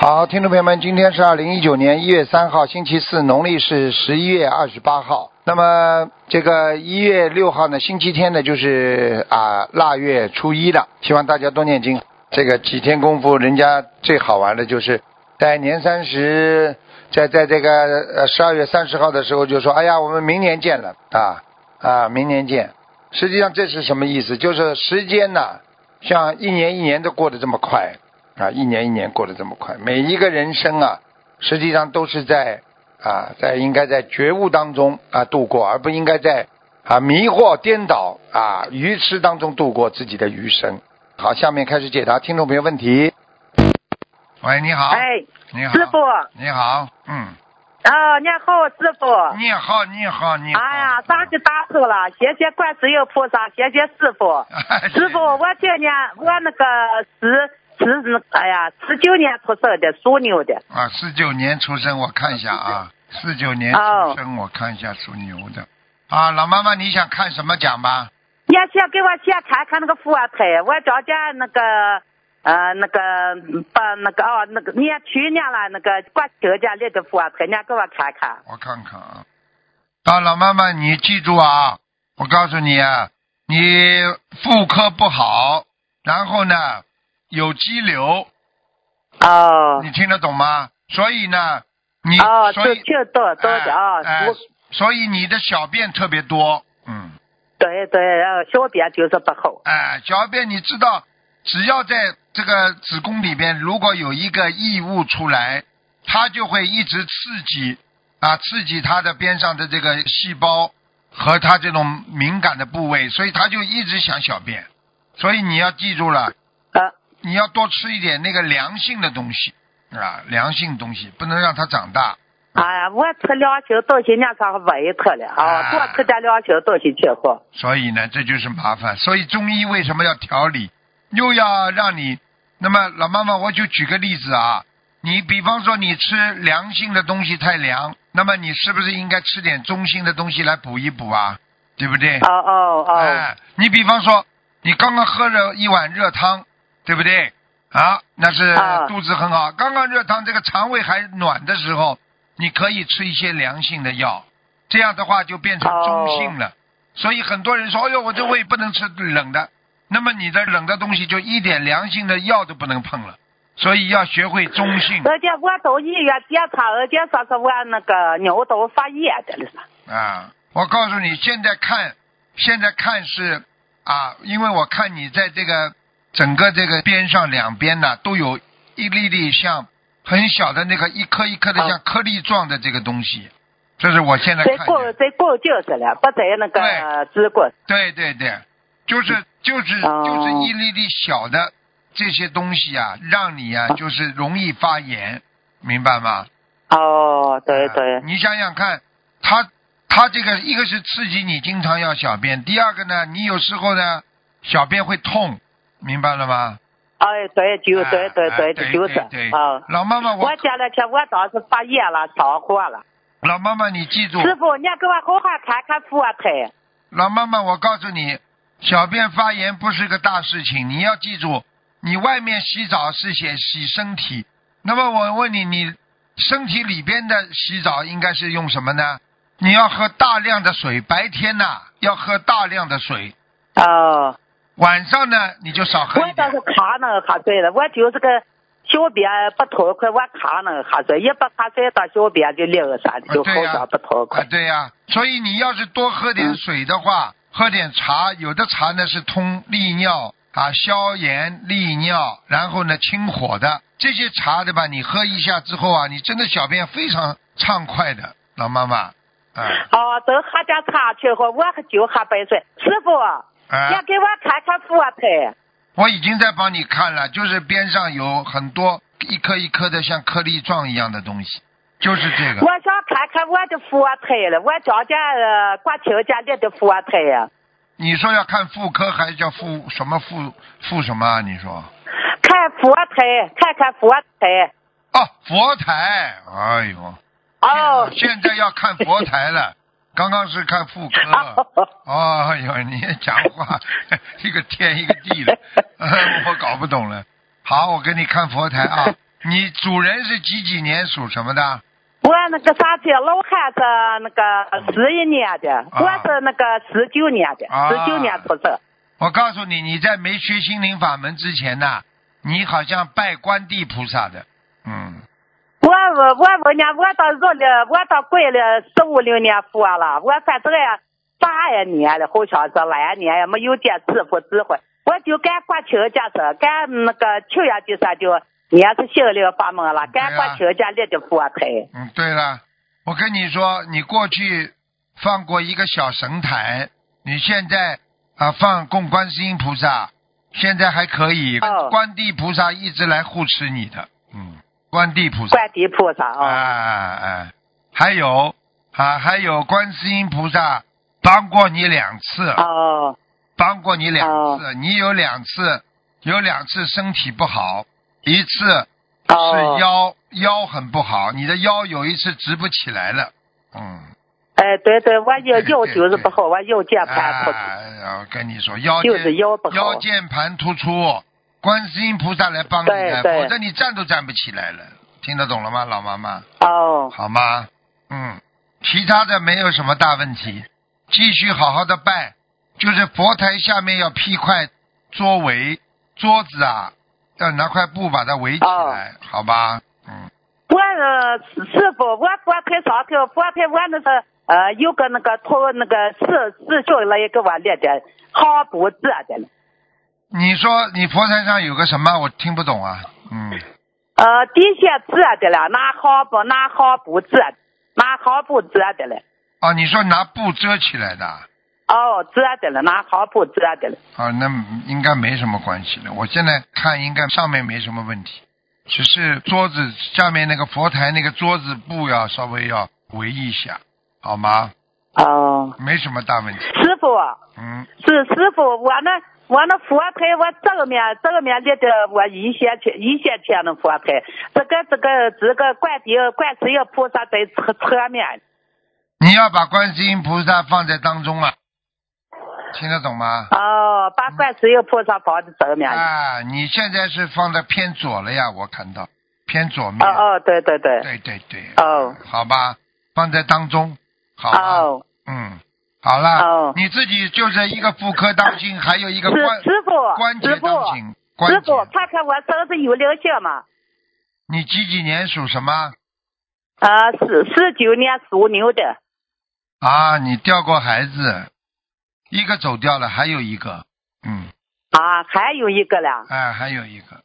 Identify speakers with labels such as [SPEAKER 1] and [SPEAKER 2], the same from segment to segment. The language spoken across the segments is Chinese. [SPEAKER 1] 好，听众朋友们，今天是二零一九年一月三号，星期四，农历是十一月二十八号。那么这个一月六号呢，星期天呢，就是啊腊月初一了。希望大家多念经。这个几天功夫，人家最好玩的就是在年三十，在在这个呃十二月三十号的时候就说：“哎呀，我们明年见了啊啊，明年见。”实际上这是什么意思？就是时间呐、像一年一年的过得这么快啊，一年一年过得这么快。每一个人生啊，实际上都是在啊，在应该在觉悟当中啊度过，而不应该在啊迷惑颠倒啊愚痴当中度过自己的余生。好，下面开始解答听众朋友问题。喂，你好，
[SPEAKER 2] 哎，
[SPEAKER 1] 你好，
[SPEAKER 2] 师傅，
[SPEAKER 1] 你好，嗯，
[SPEAKER 2] 啊，你好，师傅。
[SPEAKER 1] 你好，你好，你好，
[SPEAKER 2] 哎呀，上去打手了，谢谢观世音菩萨，谢谢师 傅。
[SPEAKER 1] 哎
[SPEAKER 2] 师傅，我今年我那个十十，哎呀，十九年出生的，属牛的。
[SPEAKER 1] 啊，四九年出生，我看一下啊，四九年出生，我看一下属牛的。啊，老妈妈，你想看什么奖吧？
[SPEAKER 2] 你先给我先看看那个佛台，我找见那个呃那个把那个哦那个，你也去年了那个国庆节立的佛台，你也给我看看。
[SPEAKER 1] 我看看啊。啊，老妈妈，你记住啊，我告诉你啊，你妇科不好，然后呢有肌瘤，
[SPEAKER 2] 哦
[SPEAKER 1] 你听得懂吗？所以呢，你、
[SPEAKER 2] 哦，
[SPEAKER 1] 所
[SPEAKER 2] 就
[SPEAKER 1] 以
[SPEAKER 2] 挺多多的啊，
[SPEAKER 1] 哎哎
[SPEAKER 2] 我
[SPEAKER 1] 所以你的小便特别多，嗯。
[SPEAKER 2] 对对，然后小便就是不好。
[SPEAKER 1] 哎，小便你知道，只要在这个子宫里边，如果有一个异物出来，它就会一直刺激啊，刺激它的边上的这个细胞和它这种敏感的部位，所以它就一直想小便。所以你要记住了，
[SPEAKER 2] 呃，
[SPEAKER 1] 你要多吃一点那个良性的东西啊，良性东西不能让它长大。
[SPEAKER 2] 哎呀，我吃两斤东西，人家说胃疼了啊，多吃点两斤东西挺好。
[SPEAKER 1] 所以呢，这就是麻烦。所以中医为什么要调理，又要让你？那么老妈妈，我就举个例子啊，你比方说你吃凉性的东西太凉，那么你是不是应该吃点中性的东西来补一补啊？对不对？
[SPEAKER 2] 哦哦哦，
[SPEAKER 1] 哎，你比方说你刚刚喝了一碗热汤，对不对？啊，那是
[SPEAKER 2] 啊
[SPEAKER 1] 肚子很好。刚刚热汤，这个肠胃还暖的时候，你可以吃一些凉性的药，这样的话就变成中性了。所以很多人说：“哎呦，我这胃不能吃冷的。”那么你的冷的东西就一点凉性的药都不能碰了。所以要学会中性
[SPEAKER 2] 而且我到医院检查，而且说是我那个尿道发炎的了。
[SPEAKER 1] 啊！我告诉你，现在看，现在看是啊，因为我看你在这个整个这个边上两边呢，都有一粒粒像很小的那个一颗一颗的
[SPEAKER 2] 啊
[SPEAKER 1] 像颗粒状的这个东西，这是我现在
[SPEAKER 2] 在
[SPEAKER 1] 哎看
[SPEAKER 2] 宫
[SPEAKER 1] 见。哎
[SPEAKER 2] 在宫颈子了，不在那个子宫。
[SPEAKER 1] 对对对，就是就是
[SPEAKER 2] 哦
[SPEAKER 1] 就是一粒粒小的这些东西啊，让你啊就是容易发炎，明白吗？
[SPEAKER 2] 哦，对
[SPEAKER 1] 啊
[SPEAKER 2] 对，
[SPEAKER 1] 你想想看，他他这个一个是刺激你经常要小便，第二个呢，你有时候呢小便会痛，明白了吗？
[SPEAKER 2] 哎对就对对
[SPEAKER 1] 啊
[SPEAKER 2] 对
[SPEAKER 1] 对
[SPEAKER 2] 就是
[SPEAKER 1] 对对
[SPEAKER 2] 啊。
[SPEAKER 1] 老妈妈，我
[SPEAKER 2] 我前两天我当时发炎了，上火了。
[SPEAKER 1] 老妈妈，你记住，
[SPEAKER 2] 师傅，你给我好好看看佛台。
[SPEAKER 1] 老妈妈，我告诉你，小便发炎不是个大事情，你要记住，你外面洗澡是洗洗身体，那么我问你，你身体里边的洗澡应该是用什么呢？你要喝大量的水，白天呐、要喝大量的水，
[SPEAKER 2] 哦。
[SPEAKER 1] 晚上呢你就少喝
[SPEAKER 2] 我
[SPEAKER 1] 一
[SPEAKER 2] 倒
[SPEAKER 1] 点
[SPEAKER 2] 是。卡那喝水了，我就是个小便不痛快，我卡那喝水，一不喝水到小便就零散，就好像不痛
[SPEAKER 1] 啊
[SPEAKER 2] 快。，嗯
[SPEAKER 1] 对呀、所以你要是多喝点水的话，喝点茶，有的茶呢是通利尿啊、消炎利尿，然后呢清火的这些茶对吧？你喝一下之后啊，你真的小便非常畅快的，老妈妈。啊
[SPEAKER 2] 哦，都喝点茶去好，我喝酒喝白水。师傅，你
[SPEAKER 1] 啊！
[SPEAKER 2] 给我看看佛台。
[SPEAKER 1] 我已经在帮你看了，就是边上有很多一颗一颗的像颗粒状一样的东西，就是这个。
[SPEAKER 2] 我想看看我的佛台了，我张家呃国庆节立的佛台呀，
[SPEAKER 1] 你说要看妇科还是叫妇什么妇妇什么、啊？你说？
[SPEAKER 2] 看佛台，看看佛台。
[SPEAKER 1] 哦，佛台，哎呦，
[SPEAKER 2] 哦，
[SPEAKER 1] 啊现在要看佛台了，刚刚是看妇科， 哦哎呦，你讲话 一个天一个地的，我搞不懂了。好，我给你看佛台啊，你主人是几几年属什么的？
[SPEAKER 2] 我那个上次老汉是那个十一年的，我是那个十九年的，
[SPEAKER 1] 嗯啊
[SPEAKER 2] 十九年出生。
[SPEAKER 1] 我告诉你，你在没学心灵法门之前呐，你好像拜观地菩萨的，嗯，
[SPEAKER 2] 我我我我呢，我到绕了，我到跪了十五六年佛了，我反正也八一年了，好像是哪一年也没有点智慧智慧，我就干国庆节是干那个七月底上就也是心灵法门
[SPEAKER 1] 哎
[SPEAKER 2] 了，干国庆节立的佛台。
[SPEAKER 1] 嗯，对了，我跟你说，你过去放过一个小神坛，你现在啊放供观世音菩萨，现在还可以，
[SPEAKER 2] 哦
[SPEAKER 1] 观地菩萨一直来护持你的，嗯，观地菩萨，
[SPEAKER 2] 观地菩萨
[SPEAKER 1] 哎
[SPEAKER 2] 啊，
[SPEAKER 1] 哎哎，还有啊，还有观世音菩萨帮过你两次，
[SPEAKER 2] 哦
[SPEAKER 1] 帮过你两次，你有两次有两次身体不好，一次
[SPEAKER 2] 哦
[SPEAKER 1] 是，腰、腰很不好，你的腰有一次直不起来了，嗯，
[SPEAKER 2] 哎对对，我腰
[SPEAKER 1] 对对
[SPEAKER 2] 腰就是不好，我腰间盘突出，
[SPEAKER 1] 哎，我跟你说，腰
[SPEAKER 2] 就是
[SPEAKER 1] 间
[SPEAKER 2] 腰不好
[SPEAKER 1] 腰。间盘突出，观世音菩萨来帮你的，
[SPEAKER 2] 对对
[SPEAKER 1] 否则你站都站不起来了，听得懂了吗，老妈妈？
[SPEAKER 2] 哦
[SPEAKER 1] 好吗？嗯，其他的没有什么大问题，继续好好的拜，就是佛台下面要披块桌围，桌子啊，要拿块布把它围起来，好吧？嗯，
[SPEAKER 2] 我呃师傅，我佛台上头，佛台我那个呃有个那个托那个师师兄来给我列的好布置的了，
[SPEAKER 1] 你说你佛台上有个什么？我听不懂啊。嗯，
[SPEAKER 2] 呃底下折的了，拿好布拿好布折，拿好布折的了，
[SPEAKER 1] 哦，你说拿布遮起来的啊，
[SPEAKER 2] 哦折的了，拿好布折的了，
[SPEAKER 1] 哦那应该没什么关系的。我现在看应该上面没什么问题，只是桌子下面那个佛台那个桌子布要稍微要围一下，好吗？
[SPEAKER 2] 哦
[SPEAKER 1] 没什么大问题。
[SPEAKER 2] 师傅
[SPEAKER 1] 嗯，
[SPEAKER 2] 是师傅，我那我那佛台我正面正面列的我一线天一线天的佛台，这个这个这个观地观世音菩萨在侧侧面。
[SPEAKER 1] 你要把观世音菩萨放在当中啊，听得懂吗？
[SPEAKER 2] 哦，把观世音菩萨放在正面。哦
[SPEAKER 1] 啊，你现在是放在偏左了呀，我看到偏左面。
[SPEAKER 2] 哦哦，对对对。
[SPEAKER 1] 对对对。
[SPEAKER 2] 哦。
[SPEAKER 1] 好吧，放在当中，好吧。
[SPEAKER 2] 哦，
[SPEAKER 1] 嗯，好了。
[SPEAKER 2] 哦
[SPEAKER 1] 你自己就是一个妇科当心，还有一个
[SPEAKER 2] 师
[SPEAKER 1] 关
[SPEAKER 2] 师
[SPEAKER 1] 关
[SPEAKER 2] 傅，
[SPEAKER 1] 节
[SPEAKER 2] 师
[SPEAKER 1] 当
[SPEAKER 2] 傅，
[SPEAKER 1] 心，关
[SPEAKER 2] 师
[SPEAKER 1] 节
[SPEAKER 2] 傅。，看看我身上有灵性吗？
[SPEAKER 1] 你几几年属什么？
[SPEAKER 2] 啊，四四九年属牛的。
[SPEAKER 1] 啊，你掉过孩子，一个走掉了，还有一个，嗯。
[SPEAKER 2] 啊，还有一个了。
[SPEAKER 1] 哎，还有一个，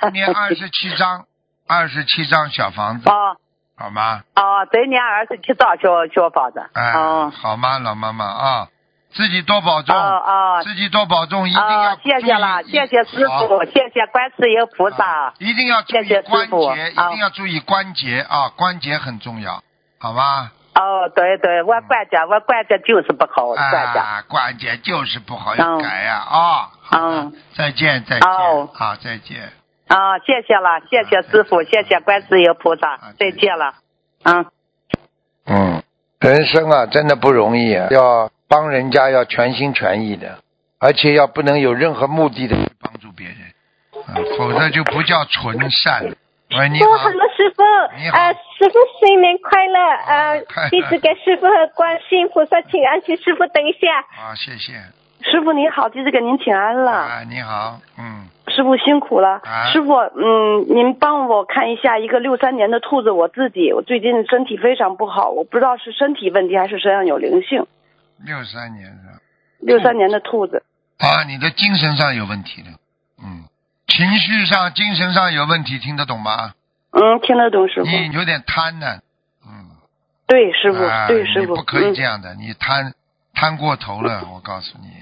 [SPEAKER 1] 嗯，念二十七章，二十七章小房子，
[SPEAKER 2] 哦
[SPEAKER 1] 好吗？
[SPEAKER 2] 哦，再念二十七张小小房子。
[SPEAKER 1] 哎，
[SPEAKER 2] 哦
[SPEAKER 1] 好吗，老妈妈啊，自己多保
[SPEAKER 2] 哦
[SPEAKER 1] 重，
[SPEAKER 2] 哦
[SPEAKER 1] 自己多保重，一定要
[SPEAKER 2] 哦，
[SPEAKER 1] 注意、
[SPEAKER 2] 谢谢了，
[SPEAKER 1] 一
[SPEAKER 2] 谢谢师
[SPEAKER 1] 好
[SPEAKER 2] 傅，谢谢观世音菩萨
[SPEAKER 1] 啊。一定要注
[SPEAKER 2] 谢
[SPEAKER 1] 意
[SPEAKER 2] 谢师
[SPEAKER 1] 关
[SPEAKER 2] 傅
[SPEAKER 1] 节，一
[SPEAKER 2] 啊
[SPEAKER 1] 定要注意关节啊，关节很重要，好吗？
[SPEAKER 2] 哦，对对，我关节我关节就是不好，关节。
[SPEAKER 1] 嗯啊，关节就是不好，要
[SPEAKER 2] 嗯
[SPEAKER 1] 改呀啊！好的
[SPEAKER 2] 嗯
[SPEAKER 1] 再见，再见
[SPEAKER 2] 哦
[SPEAKER 1] 啊，再见。
[SPEAKER 2] 啊，谢谢了，谢谢师傅，谢谢观世音菩萨，再见了，嗯。
[SPEAKER 1] 嗯，人生啊，真的不容易啊，要帮人家要全心全意的，而且要不能有任何目的的去帮助别人，啊，否则就不叫纯善。喂，你
[SPEAKER 3] 师傅，
[SPEAKER 1] 好
[SPEAKER 3] 好，了，师傅，
[SPEAKER 1] 你好
[SPEAKER 3] 呃，师傅新年快乐，呃
[SPEAKER 1] 快乐，
[SPEAKER 3] 弟子给师傅和观世音菩萨请安，请师傅等一下。
[SPEAKER 1] 啊，谢谢。
[SPEAKER 4] 师傅您好，弟子给您请安了。
[SPEAKER 1] 啊，你好，嗯，
[SPEAKER 4] 师傅辛苦了。
[SPEAKER 1] 啊
[SPEAKER 4] 师傅，嗯，您帮我看一下一个六三年的兔子，我自己，我最近身体非常不好，我不知道是身体问题还是身上有灵性。
[SPEAKER 1] 六三年的，
[SPEAKER 4] 六三年的兔子，
[SPEAKER 1] 啊，你的精神上有问题的，嗯，情绪上、精神上有问题，听得懂吗？
[SPEAKER 4] 嗯，听得懂师傅？
[SPEAKER 1] 你有点贪婪，嗯。
[SPEAKER 4] 对，师傅，
[SPEAKER 1] 啊，
[SPEAKER 4] 对，师
[SPEAKER 1] 你
[SPEAKER 4] 傅，
[SPEAKER 1] 不可以
[SPEAKER 4] 嗯
[SPEAKER 1] 这，样的，你贪贪过头了，我告诉你。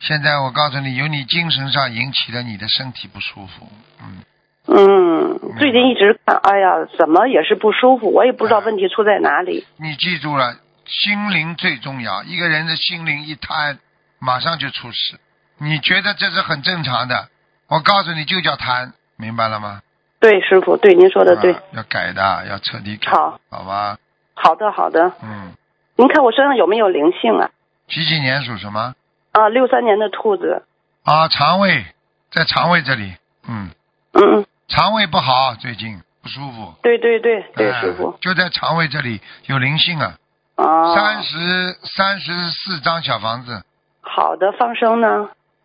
[SPEAKER 1] 现在我告诉你，由你精神上引起的你的身体不舒服，嗯，
[SPEAKER 4] 嗯，最近一直看，哎呀，怎么也是不舒服，我也不知道
[SPEAKER 1] 啊
[SPEAKER 4] 问题出在哪里。
[SPEAKER 1] 你记住了，心灵最重要。一个人的心灵一贪，马上就出事。你觉得这是很正常的，我告诉你就叫贪，明白了吗？
[SPEAKER 4] 对，师傅，对，您说的对
[SPEAKER 1] 啊。要改的，要彻底改，
[SPEAKER 4] 好，
[SPEAKER 1] 好吧？
[SPEAKER 4] 好的，好的。
[SPEAKER 1] 嗯，
[SPEAKER 4] 您看我身上有没有灵性啊？
[SPEAKER 1] 几几年属什么？
[SPEAKER 4] 啊，六三年的兔子，
[SPEAKER 1] 啊，肠胃，在肠胃这里，嗯，
[SPEAKER 4] 嗯，
[SPEAKER 1] 肠胃不好，最近不舒服。
[SPEAKER 4] 对对对对，
[SPEAKER 1] 哎
[SPEAKER 4] 师傅。
[SPEAKER 1] 就在肠胃这里有灵性啊，
[SPEAKER 4] 啊。
[SPEAKER 1] 三十三十四张小房子，
[SPEAKER 4] 好的，放生呢？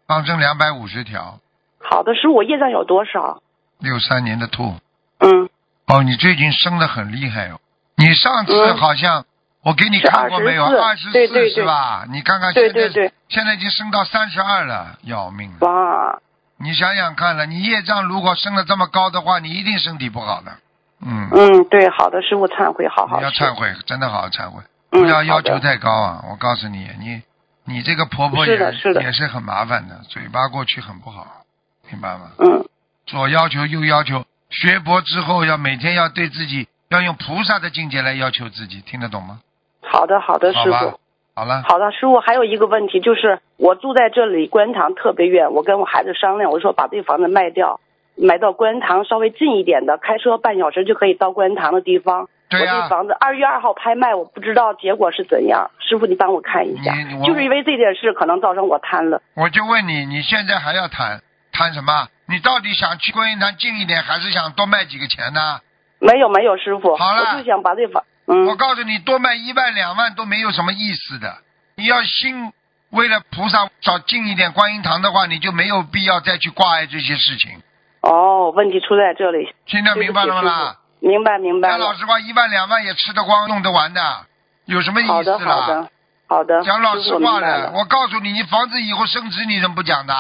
[SPEAKER 1] 放生两百五十条，
[SPEAKER 4] 好的，师傅，我业障有多少？
[SPEAKER 1] 六三年的兔。
[SPEAKER 4] 嗯，
[SPEAKER 1] 哦，你最近升的很厉害哦。你上次
[SPEAKER 4] 嗯
[SPEAKER 1] 好像、我给你
[SPEAKER 4] 是
[SPEAKER 1] 看过没有？
[SPEAKER 4] 24
[SPEAKER 1] 二十
[SPEAKER 4] 对对
[SPEAKER 1] 四
[SPEAKER 4] 对
[SPEAKER 1] 是吧？你看啊看现
[SPEAKER 4] 对
[SPEAKER 1] 在
[SPEAKER 4] 对对
[SPEAKER 1] 现在已经升到三十二了，要命了！
[SPEAKER 4] 哇，
[SPEAKER 1] 你想想看了，你业障如果升的这么高的话，你一定身体不好的。嗯，
[SPEAKER 4] 嗯，对，好的，师傅忏悔，好好
[SPEAKER 1] 你要
[SPEAKER 4] 师
[SPEAKER 1] 忏悔，真的好好忏悔，
[SPEAKER 4] 嗯
[SPEAKER 1] 不要要
[SPEAKER 4] 好的
[SPEAKER 1] 求太高啊！我告诉你，你你这个婆婆
[SPEAKER 4] 是
[SPEAKER 1] 也
[SPEAKER 4] 的是的
[SPEAKER 1] 也是很麻烦的，嘴巴过去很不好，明白吗？
[SPEAKER 4] 嗯，
[SPEAKER 1] 左要求右要求，学佛之后要每天要对自己要用菩萨的境界来要求自己，听得懂吗？
[SPEAKER 4] 好的，好的，
[SPEAKER 1] 好
[SPEAKER 4] 师
[SPEAKER 1] 吧
[SPEAKER 4] 傅。，
[SPEAKER 1] 好了，
[SPEAKER 4] 好的，师傅，还有一个问题就是，我住在这里观塘特别远，我跟我孩子商量，我说把这房子卖掉，买到观塘稍微近一点的，开车半小时就可以到观塘的地方。
[SPEAKER 1] 对呀
[SPEAKER 4] 我这房子二月二号拍卖，我不知道结果是怎样，师傅你帮我看一下
[SPEAKER 1] 你我。
[SPEAKER 4] 就是因为这件事，可能造成我贪了。
[SPEAKER 1] 我就问你，你现在还要谈谈什么？你到底想去观音堂近一点，还是想多卖几个钱呢？
[SPEAKER 4] 没有没有，师傅，
[SPEAKER 1] 好了
[SPEAKER 4] 我就想把这房，
[SPEAKER 1] 我
[SPEAKER 4] 嗯，
[SPEAKER 1] 告诉你，多卖一万两万都没有什么意思的。你要心为了菩萨少进一点观音堂的话，你就没有必要再去挂碍这些事情。
[SPEAKER 4] 哦，问题出在这里。
[SPEAKER 1] 听得明白了吗啦？
[SPEAKER 4] 对不起师傅明白明白
[SPEAKER 1] 讲
[SPEAKER 4] 了
[SPEAKER 1] 老。实话，一万两万也吃得光、用得完的，有什么意
[SPEAKER 4] 好
[SPEAKER 1] 思
[SPEAKER 4] 的好
[SPEAKER 1] 啦
[SPEAKER 4] 的？好的，
[SPEAKER 1] 讲老
[SPEAKER 4] 师
[SPEAKER 1] 实
[SPEAKER 4] 傅
[SPEAKER 1] 话
[SPEAKER 4] 明白了
[SPEAKER 1] 我告诉你，你房子以后升值，你怎么不讲的？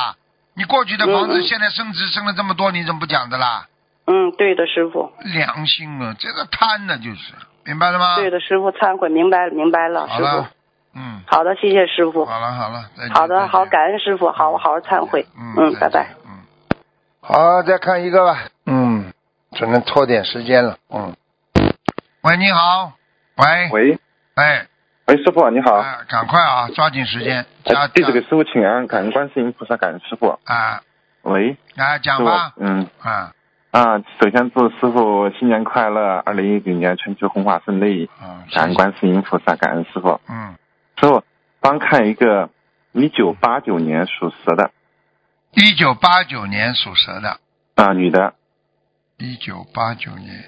[SPEAKER 1] 你过去的房
[SPEAKER 4] 嗯
[SPEAKER 1] 子
[SPEAKER 4] 嗯
[SPEAKER 1] 现在升值升了这么多，你怎么不讲的啦？
[SPEAKER 4] 嗯，对的，师傅。
[SPEAKER 1] 良心啊，这个贪呢，就是明白了吗？
[SPEAKER 4] 对的，师傅忏悔，明白了，明白了，
[SPEAKER 1] 啊好
[SPEAKER 4] 师
[SPEAKER 1] 了
[SPEAKER 4] 傅。，
[SPEAKER 1] 嗯，
[SPEAKER 4] 好的，谢谢师傅。
[SPEAKER 1] 好了好了，再见
[SPEAKER 4] 好
[SPEAKER 1] 再
[SPEAKER 4] 的，
[SPEAKER 1] 见
[SPEAKER 4] 好，感恩师傅，好，我好好忏悔。嗯，
[SPEAKER 1] 再
[SPEAKER 4] 拜拜
[SPEAKER 1] 见。嗯，好，再看一个吧。嗯，只能拖点时间了。嗯。喂，你好。喂。。
[SPEAKER 5] 喂，
[SPEAKER 1] 哎，
[SPEAKER 5] 喂，师傅你好，
[SPEAKER 1] 哎赶快啊，抓紧时间。加
[SPEAKER 5] 哎弟子给师傅请安，感恩观世音菩萨，感恩师傅。
[SPEAKER 1] 啊，
[SPEAKER 5] 喂，师
[SPEAKER 1] 来讲
[SPEAKER 5] 傅
[SPEAKER 1] 吧，。
[SPEAKER 5] 嗯
[SPEAKER 1] 啊
[SPEAKER 5] 啊，首先祝师傅新年快乐，二零一九年全球弘法顺利，
[SPEAKER 1] 啊，
[SPEAKER 5] 感
[SPEAKER 1] 谢
[SPEAKER 5] 恩
[SPEAKER 1] 谢。
[SPEAKER 5] 观世音菩萨，感恩师傅。
[SPEAKER 1] 嗯，
[SPEAKER 5] 师傅，帮看一个一九八九年属蛇的
[SPEAKER 1] 一九八九年属蛇的，
[SPEAKER 5] 啊、女的，
[SPEAKER 1] 一九八九年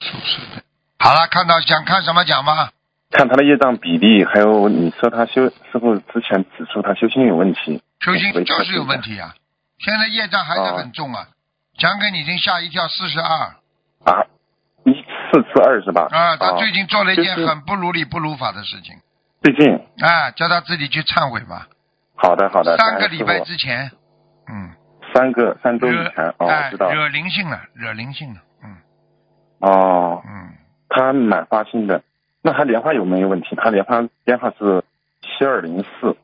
[SPEAKER 1] 属蛇的。好了，看到想看什么讲吧。
[SPEAKER 5] 看她的业障比例，还有你说她修师傅之前指出她修心有问题，
[SPEAKER 1] 修行就是有问题啊，现在业障还是很重啊，讲给你听吓一跳，四十二
[SPEAKER 5] 啊，一四次二是吧？
[SPEAKER 1] 啊，他最近做了一件
[SPEAKER 5] 哦就是
[SPEAKER 1] 很不如理不如法的事情，
[SPEAKER 5] 最近
[SPEAKER 1] 啊，叫他自己去忏悔吧，
[SPEAKER 5] 好的好的，
[SPEAKER 1] 三个
[SPEAKER 5] 感恩师
[SPEAKER 1] 礼
[SPEAKER 5] 傅
[SPEAKER 1] 拜之前，嗯，
[SPEAKER 5] 三个三周以前
[SPEAKER 1] 惹
[SPEAKER 5] 哦，我
[SPEAKER 1] 哎
[SPEAKER 5] 知道
[SPEAKER 1] 惹灵性了，惹灵性了，嗯
[SPEAKER 5] 哦，
[SPEAKER 1] 嗯，
[SPEAKER 5] 他蛮花心的。那他莲花有没有问题？他莲花编号是七二零四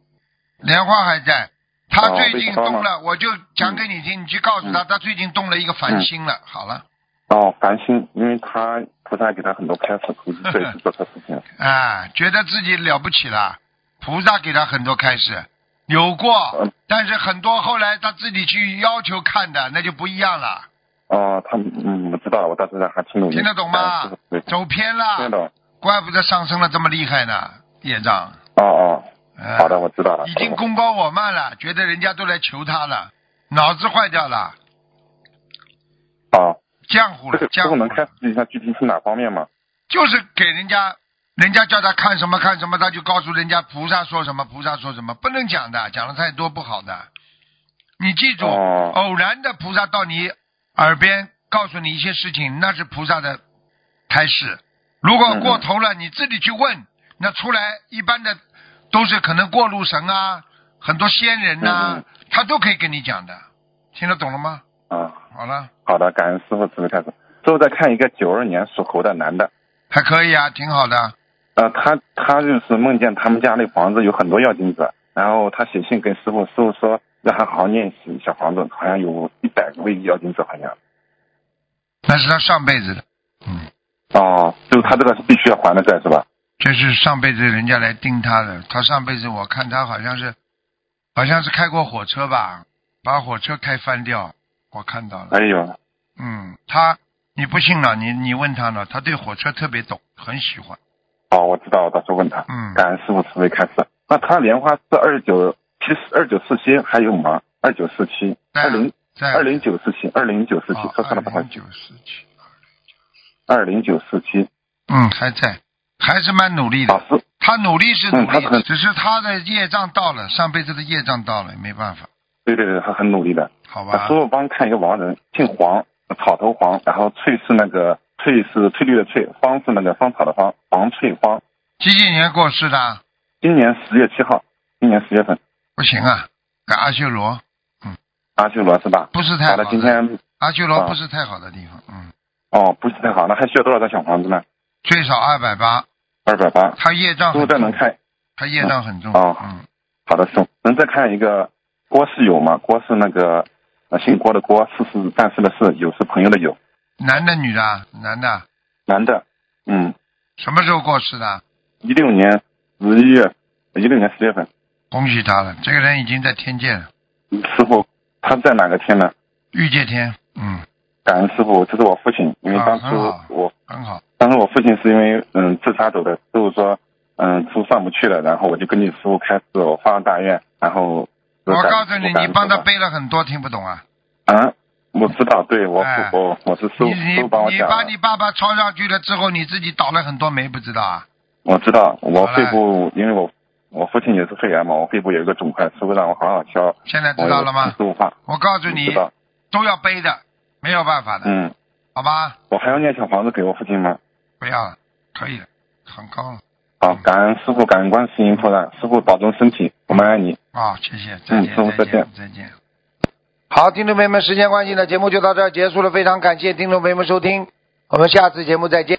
[SPEAKER 1] 莲花还在，他
[SPEAKER 5] 哦
[SPEAKER 1] 最
[SPEAKER 5] 被
[SPEAKER 1] 近
[SPEAKER 5] 烧了嗯
[SPEAKER 1] 动了，我就讲给你听，你去告诉他，他最近动了一个烦心了，好了，
[SPEAKER 5] 哦，烦心，因为他菩萨给他很多开示，估计这一次做错事 情。
[SPEAKER 1] 啊，觉得自己了不起了，菩萨给他很多开示，有过
[SPEAKER 5] 嗯，
[SPEAKER 1] 但是很多后来他自己去要求看的，那就不一样了，
[SPEAKER 5] 哦，他嗯，我知道了，我大致上还听懂。
[SPEAKER 1] 听得懂吗啊
[SPEAKER 5] 对，？听
[SPEAKER 1] 走偏
[SPEAKER 5] 得
[SPEAKER 1] 了，
[SPEAKER 5] 懂。
[SPEAKER 1] 怪不得上升了这么厉害呢，业障。
[SPEAKER 5] 哦哦，
[SPEAKER 1] 呃
[SPEAKER 5] 好的，我知道了。
[SPEAKER 1] 已经
[SPEAKER 5] 好的
[SPEAKER 1] 功高我慢了，觉得人家都来求他了，脑子坏掉了，
[SPEAKER 5] 哦，
[SPEAKER 1] 浆糊了
[SPEAKER 5] 这个，
[SPEAKER 1] 浆
[SPEAKER 5] 这个
[SPEAKER 1] 糊
[SPEAKER 5] 能开
[SPEAKER 1] 了
[SPEAKER 5] 示，一下具体是哪方面吗？
[SPEAKER 1] 就是给人家。人家叫他看什么看什么，他就告诉人家菩萨说什么，菩萨说什么，不能讲的，讲的太多不好的。你记住，
[SPEAKER 5] 哦
[SPEAKER 1] 偶然的菩萨到你耳边告诉你一些事情，那是菩萨的开始。如果过头了，你自己去问，那出来一般的都是可能过路神啊，很多仙人呐、
[SPEAKER 5] 嗯
[SPEAKER 1] 他都可以跟你讲的。听得懂了吗？
[SPEAKER 5] 啊，
[SPEAKER 1] 好了，
[SPEAKER 5] 好的，感恩师傅慈悲开示。最后再看一个九二年属猴的男的，
[SPEAKER 1] 还可以啊，挺好的。
[SPEAKER 5] 呃，他他就是梦见他们家那房子有很多药精子，然后他写信给师傅，师傅说让他好好念习小房子，好像有一百个位药精子，好像。
[SPEAKER 1] 那是他上辈子的，嗯。
[SPEAKER 5] 哦，就是他这个是必须要还的债是吧？
[SPEAKER 1] 这是上辈子人家来盯他的，他上辈子我看他好像是，好像是开过火车吧，把火车开翻掉，我看到了。
[SPEAKER 5] 哎呦，
[SPEAKER 1] 嗯，他你不信了，你你问他呢，他对火车特别懂，很喜欢。
[SPEAKER 5] 哦，我知道，我到时候问他。
[SPEAKER 1] 嗯
[SPEAKER 5] 感恩师傅慈悲开示。那他莲花是二九七二九四七还有吗？二九四七
[SPEAKER 1] 在
[SPEAKER 5] 二零
[SPEAKER 1] 在啊
[SPEAKER 5] 二零九四七，二零九四七，说错了，不好
[SPEAKER 1] 二
[SPEAKER 5] 意
[SPEAKER 1] 零
[SPEAKER 5] 思，
[SPEAKER 1] 九四七，
[SPEAKER 5] 哦二零九四七，
[SPEAKER 1] 嗯，还在，还是蛮努力的。
[SPEAKER 5] 老师，
[SPEAKER 1] 他努力是
[SPEAKER 5] 嗯
[SPEAKER 1] 努力
[SPEAKER 5] 他
[SPEAKER 1] 的，
[SPEAKER 5] 很
[SPEAKER 1] 只是他的业障到了，上辈子的业障到了，没办法，
[SPEAKER 5] 对对对，他很努力的。
[SPEAKER 1] 好
[SPEAKER 5] 啊
[SPEAKER 1] 吧
[SPEAKER 5] 师？傅帮看一个亡人，姓黄，草头黄，然后翠是那个翠是翠绿的翠，芳是那个芳草的芳，黄翠芳。
[SPEAKER 1] 几几年过世的？
[SPEAKER 5] 今年十月七号，今年十月份，
[SPEAKER 1] 不行啊，跟阿修罗
[SPEAKER 5] 阿修罗是吧？
[SPEAKER 1] 不是太
[SPEAKER 5] 好
[SPEAKER 1] 好
[SPEAKER 5] 的，今
[SPEAKER 1] 的，
[SPEAKER 5] 天
[SPEAKER 1] 阿修罗
[SPEAKER 5] 啊
[SPEAKER 1] 不是太好的地方，嗯，
[SPEAKER 5] 哦不是太好，那还需要多少张小房子呢？
[SPEAKER 1] 最少二百八，
[SPEAKER 5] 二百八。
[SPEAKER 1] 他业障
[SPEAKER 5] 师傅
[SPEAKER 1] 很
[SPEAKER 5] 再
[SPEAKER 1] 重
[SPEAKER 5] 能，看，
[SPEAKER 1] 他业障很重，
[SPEAKER 5] 哦
[SPEAKER 1] 嗯，
[SPEAKER 5] 好的师傅，能再看一个郭是友吗？郭是那个呃姓郭的郭，是是战士的士，友是朋友的友，
[SPEAKER 1] 男的女的啊？男的啊，
[SPEAKER 5] 男的，嗯，
[SPEAKER 1] 什么时候过世的？啊
[SPEAKER 5] 一六年十一月，一六年十月份，
[SPEAKER 1] 恭喜他了，这个人已经在天界了，
[SPEAKER 5] 师傅他在哪个天呢？
[SPEAKER 1] 欲界天，嗯，
[SPEAKER 5] 感恩师傅，这是我父亲，因为
[SPEAKER 1] 啊
[SPEAKER 5] 当
[SPEAKER 1] 很
[SPEAKER 5] 初
[SPEAKER 1] 好
[SPEAKER 5] 我、
[SPEAKER 1] 很好，
[SPEAKER 5] 当时我父亲是因为嗯自杀走的，师傅说嗯出上不去了，然后我就根据师傅开始我发了大愿，然后就
[SPEAKER 1] 我
[SPEAKER 5] 感
[SPEAKER 1] 告诉你，
[SPEAKER 5] 我感
[SPEAKER 1] 你帮他
[SPEAKER 5] 恩
[SPEAKER 1] 背了很多，听不懂啊？
[SPEAKER 5] 啊，我知道，对我父、
[SPEAKER 1] 哎
[SPEAKER 5] 我我是师傅
[SPEAKER 1] 你
[SPEAKER 5] 师
[SPEAKER 1] 你
[SPEAKER 5] 傅帮我
[SPEAKER 1] 你
[SPEAKER 5] 讲
[SPEAKER 1] 把
[SPEAKER 5] 的
[SPEAKER 1] 你，爸爸抄上去了之后，你自己倒了很多霉，不知道啊？
[SPEAKER 5] 我知道我
[SPEAKER 1] 好嘞
[SPEAKER 5] 肺部因为我我父亲也是肺炎嘛，我肺部有一个肿块，师傅让我好好消，
[SPEAKER 1] 现在
[SPEAKER 5] 我
[SPEAKER 1] 知道了吗
[SPEAKER 5] 师？傅话，
[SPEAKER 1] 我告诉你
[SPEAKER 5] 知，道，
[SPEAKER 1] 都要背的，没有办法的，
[SPEAKER 5] 嗯，
[SPEAKER 1] 好吧？
[SPEAKER 5] 我还要念小房子给我父亲吗？
[SPEAKER 1] 不要了，可以了，很高了
[SPEAKER 5] 好，
[SPEAKER 1] 嗯
[SPEAKER 5] 感恩师傅，感恩观世音菩萨，师傅保重身体，我们爱你。
[SPEAKER 1] 啊、谢谢，再见，
[SPEAKER 5] 嗯师傅
[SPEAKER 1] 再
[SPEAKER 5] 再
[SPEAKER 1] 见
[SPEAKER 5] 见，
[SPEAKER 1] 再见。好，听众朋友们，时间关系呢，节目就到这儿结束了，非常感谢听众朋友们收听，我们下次节目再见。